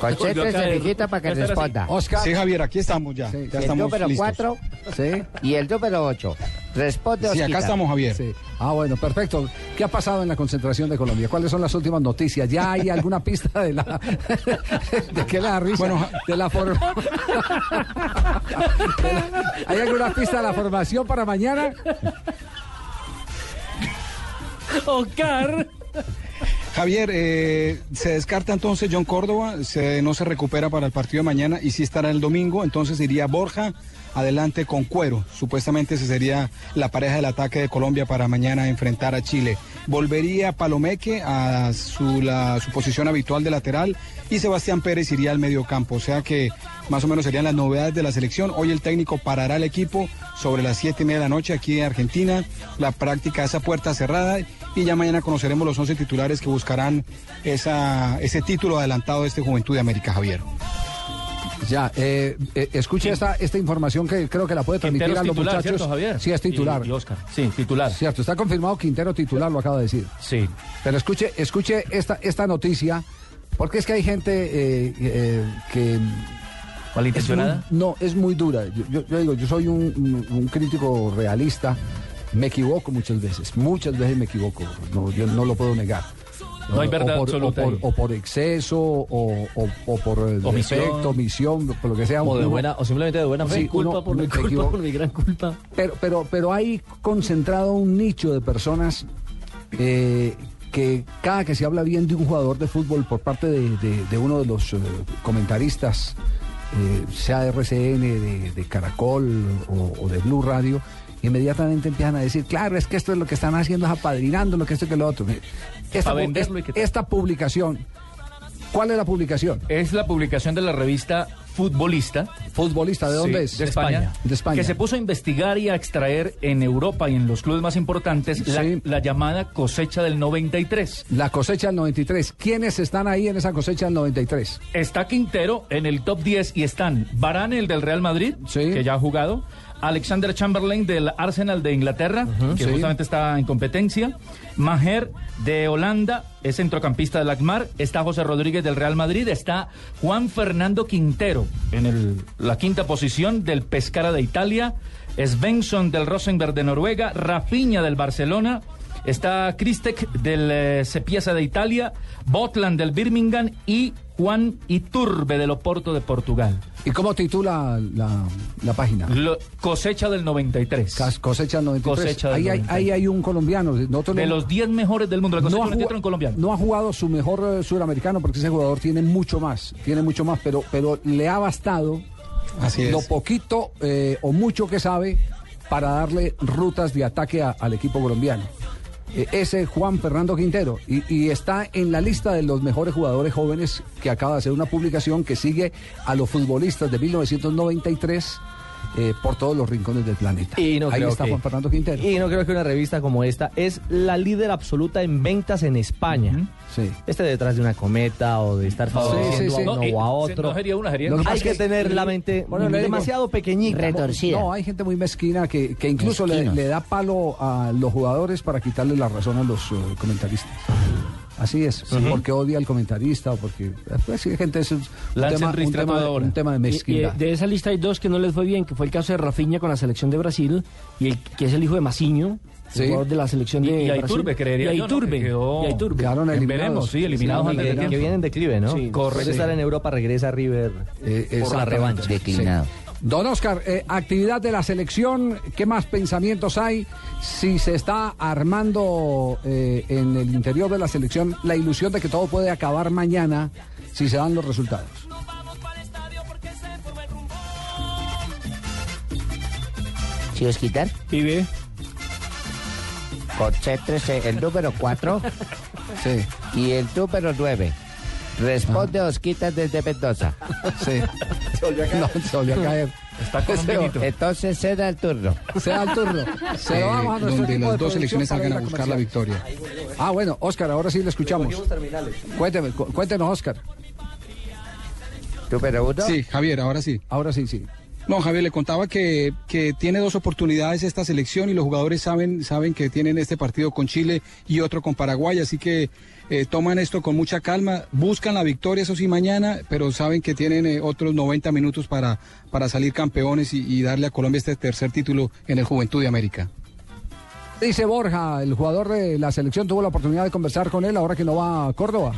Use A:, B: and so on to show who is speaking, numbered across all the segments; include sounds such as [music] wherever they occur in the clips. A: Concéntrese,
B: Cualquier-
A: mijito, para que responda.
B: Oscar.
C: Sí, Javier, aquí estamos ya. ya
A: El
C: estamos
A: número
C: listos.
A: 4
B: Sí.
A: y el número 8. Responde
C: Sí, acá
A: Osquita.
C: estamos, Javier.
B: Sí. Ah, bueno, perfecto. ¿Qué ha pasado en la concentración de Colombia? ¿Cuáles son las últimas noticias? ¿Ya hay alguna pista de la... [laughs] ¿De qué la risa?
C: Bueno, ja-
B: de la forma... [laughs] ¿Hay alguna pista de la formación para mañana?
D: Oscar.
C: Javier, eh, se descarta entonces John Córdoba, se, no se recupera para el partido de mañana y sí estará el domingo, entonces iría Borja adelante con Cuero. Supuestamente esa sería la pareja del ataque de Colombia para mañana enfrentar a Chile. Volvería Palomeque a su, la- su posición habitual de lateral y Sebastián Pérez iría al mediocampo. O sea que más o menos serían las novedades de la selección. Hoy el técnico parará el equipo sobre las 7 y media de la noche aquí en Argentina. La práctica esa puerta cerrada y ya mañana conoceremos los 11 titulares que buscarán esa, ese título adelantado de este Juventud de América, Javier.
B: Ya, eh, eh, escuche esta, esta información que creo que la puede transmitir
D: Quintero
B: a
D: es
B: los
D: titular,
B: muchachos.
D: ¿cierto, Javier?
B: Sí, es titular.
D: Y, y Oscar. Sí, titular. Sí.
B: Cierto, está confirmado Quintero titular, lo acaba de decir. Pero escuche, escuche esta, esta noticia, porque es que hay gente eh, eh, que Es muy-
D: ¿Malintencionada?
B: no, es muy dura. Yo, yo- yo digo, yo soy un, un- un crítico realista. Me equivoco muchas veces. Muchas veces me equivoco. No, yo no lo puedo negar.
D: No hay
B: O-
D: verdad
B: o por,
D: absoluta
B: O por,
D: ahí.
B: o por exceso, o, o- o por eh,
D: Omisión.
B: defecto, omisión, por lo que sea.
E: O, de
B: Uno-
E: buena, o simplemente de buena fe.
B: Sí,
E: culpa
B: uno-
E: por
B: uno
E: mi
B: te
E: culpa,
B: equivoca.
E: por mi gran culpa.
B: Pero, pero, pero hay concentrado un nicho de personas eh, que cada que se habla bien de un jugador de fútbol por parte de, de- de uno de los eh, comentaristas, eh, sea de RCN, de, de Caracol o, o de Blue Radio, inmediatamente empiezan a decir, claro, es que esto es lo que están haciendo, es apadrinando, lo que esto y que lo otro. Mire, Esta,
D: Pa'
B: pu-
D: venderlo y qué tal.
B: esta publicación, ¿cuál es la publicación?
D: Es la publicación de la revista Futbolista.
B: Futbolista, ¿de dónde
D: Sí,
B: es?
D: De España.
B: De España.
D: Que se puso a investigar y a extraer en Europa y en los clubes más importantes la,
B: Sí.
D: la llamada cosecha del 93.
B: La cosecha del 93. ¿Quiénes están ahí en esa cosecha del 93?
D: Está Quintero en el top 10 y están Varane, el del Real Madrid,
B: Sí.
D: que ya ha jugado, Alexander Chamberlain del Arsenal de Inglaterra, que
B: sí.
D: justamente está en competencia, Maher de Holanda, es centrocampista del ACMAR, está José Rodríguez del Real Madrid, está Juan Fernando Quintero en el- la quinta posición del Pescara de Italia, Svensson del Rosenberg de Noruega, Rafinha del Barcelona, Está Kristec del eh, Sepieza de Italia, Botland del Birmingham y Juan Iturbe del Oporto de Portugal.
B: ¿Y cómo titula la, la página?
D: Lo- cosecha del 93.
B: Cas- cosecha del 93.
D: Cosecha del
B: ahí, hay,
D: 93.
B: ahí hay un colombiano. Nosotros
D: de
B: no-
D: los 10 mejores del mundo, la cosecha
B: no ha,
D: del 93
B: jugado,
D: en Colombia.
B: no ha jugado su mejor eh, suramericano porque ese jugador tiene mucho más, tiene mucho más, pero, pero le ha bastado
C: Así es.
B: lo poquito eh, o mucho que sabe para darle rutas de ataque a- al equipo colombiano. Eh, ese Juan Fernando Quintero y, y está en la lista de los mejores jugadores jóvenes que acaba de hacer una publicación que sigue a los futbolistas de 1993 eh, por todos los rincones del planeta.
E: Y no
B: Ahí
E: creo
B: está
E: que-
B: Juan Fernando Quintero.
E: Y no creo que una revista como esta es la líder absoluta en ventas en España.
D: Ujú.
B: Sí.
E: Este detrás de una cometa o de estar favoreciendo
B: sí,
E: a uno
B: sí.
E: o a
D: No, eh,
E: otro.
D: no sería una, sería
B: Lo que
D: otra.
B: pasa
E: Hay
B: es
E: que tener la mente
B: Bueno, le digo-
E: demasiado pequeñita.
A: Retorcida.
B: No, hay gente muy mezquina que, que incluso le,
E: Mezquinos.
B: le da palo a los jugadores para quitarle la razón a los eh, comentaristas. Así es, porque odia al comentarista o porque... Pues, sí, gente, eso es un
D: Lancen
B: tema, un,
D: ristra
B: tema,
D: toda hora.
B: un tema de
F: Y- y
B: mezquindad.
F: de esa lista hay dos que no les fue bien, que fue el caso de Rafinha con la selección de Brasil, y el que es el hijo de Maciño, el
B: Sí.
F: jugador de la selección
D: Y,
F: de
D: y a
F: Brasil.
D: Iturbe, creería
F: y a
D: yo, ¿no?
F: Iturbe,
D: Que quedó-
F: y a Iturbe.
B: Quedaron eliminados.
D: Veremos, sí, eliminados
B: Sí,
D: antes
E: Que,
D: de
B: eliminados.
E: que
D: tiempo.
E: viene en declive, ¿no?
F: Sí.
E: Después de estar en Europa regresa River
B: Eh,
E: por la
B: exactamente.
E: revancha.
A: Declinado.
B: Sí. Don Oscar, eh, actividad de la selección, ¿qué más pensamientos hay? Si se está armando eh, en el interior de la selección la ilusión de que todo puede acabar mañana si se dan los resultados.
A: ¿Sí os quitar?
F: Pibe.
A: Concéntrese.
B: Sí.
A: Y el número 9. Responde Osquitas desde Mendoza.
B: Sí. se volvió a caer. No, se volvió a caer.
D: Está con un
B: Ese-
D: vinito.
A: Entonces será el turno.
B: Se da el turno. Se lo
C: eh,
B: vamos a nuestro
C: donde
B: equipo
C: las
B: de
C: dos
B: producción
C: selecciones
B: para
C: salgan
B: ir
C: a buscar la
B: comercial.
C: victoria.
B: Ah, bueno, Oscar, ahora sí le escuchamos. Cuénteme, cu- cuéntenos, Oscar.
A: Número 1.
C: Sí, Javier, ahora sí.
B: Ahora sí, sí.
C: No, Javier, le contaba que, que tiene dos oportunidades esta selección y los jugadores saben, saben que tienen este partido con Chile y otro con Paraguay, así que eh, toman esto con mucha calma, buscan la victoria, eso sí, mañana, pero saben que tienen eh, otros 90 minutos para, para salir campeones y, y darle a Colombia este tercer título en el Juventud de América.
B: Dice Borja, el jugador de la selección tuvo la oportunidad de conversar con él ahora que no va a Córdoba.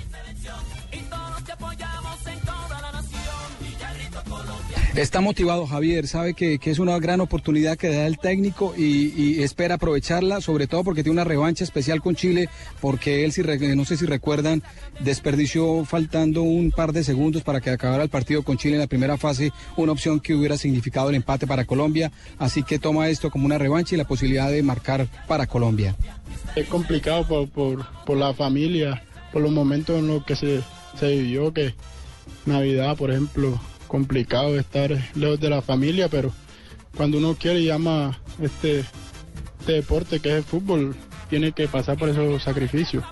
C: Está motivado Javier, sabe que, que es una gran oportunidad que da el técnico y, y espera aprovecharla, sobre todo porque tiene una revancha especial con Chile, porque él, si re- no sé si recuerdan, desperdició faltando un par de segundos para que acabara el partido con Chile en la primera fase, una opción que hubiera significado el empate para Colombia, así que toma esto como una revancha y la posibilidad de marcar para Colombia.
G: Es complicado por, por, por la familia, por los momentos en los que se, se vivió, que Navidad, por ejemplo, complicado estar lejos de la familia, pero cuando uno quiere y ama este, este deporte que es el fútbol, tiene que pasar por esos sacrificios.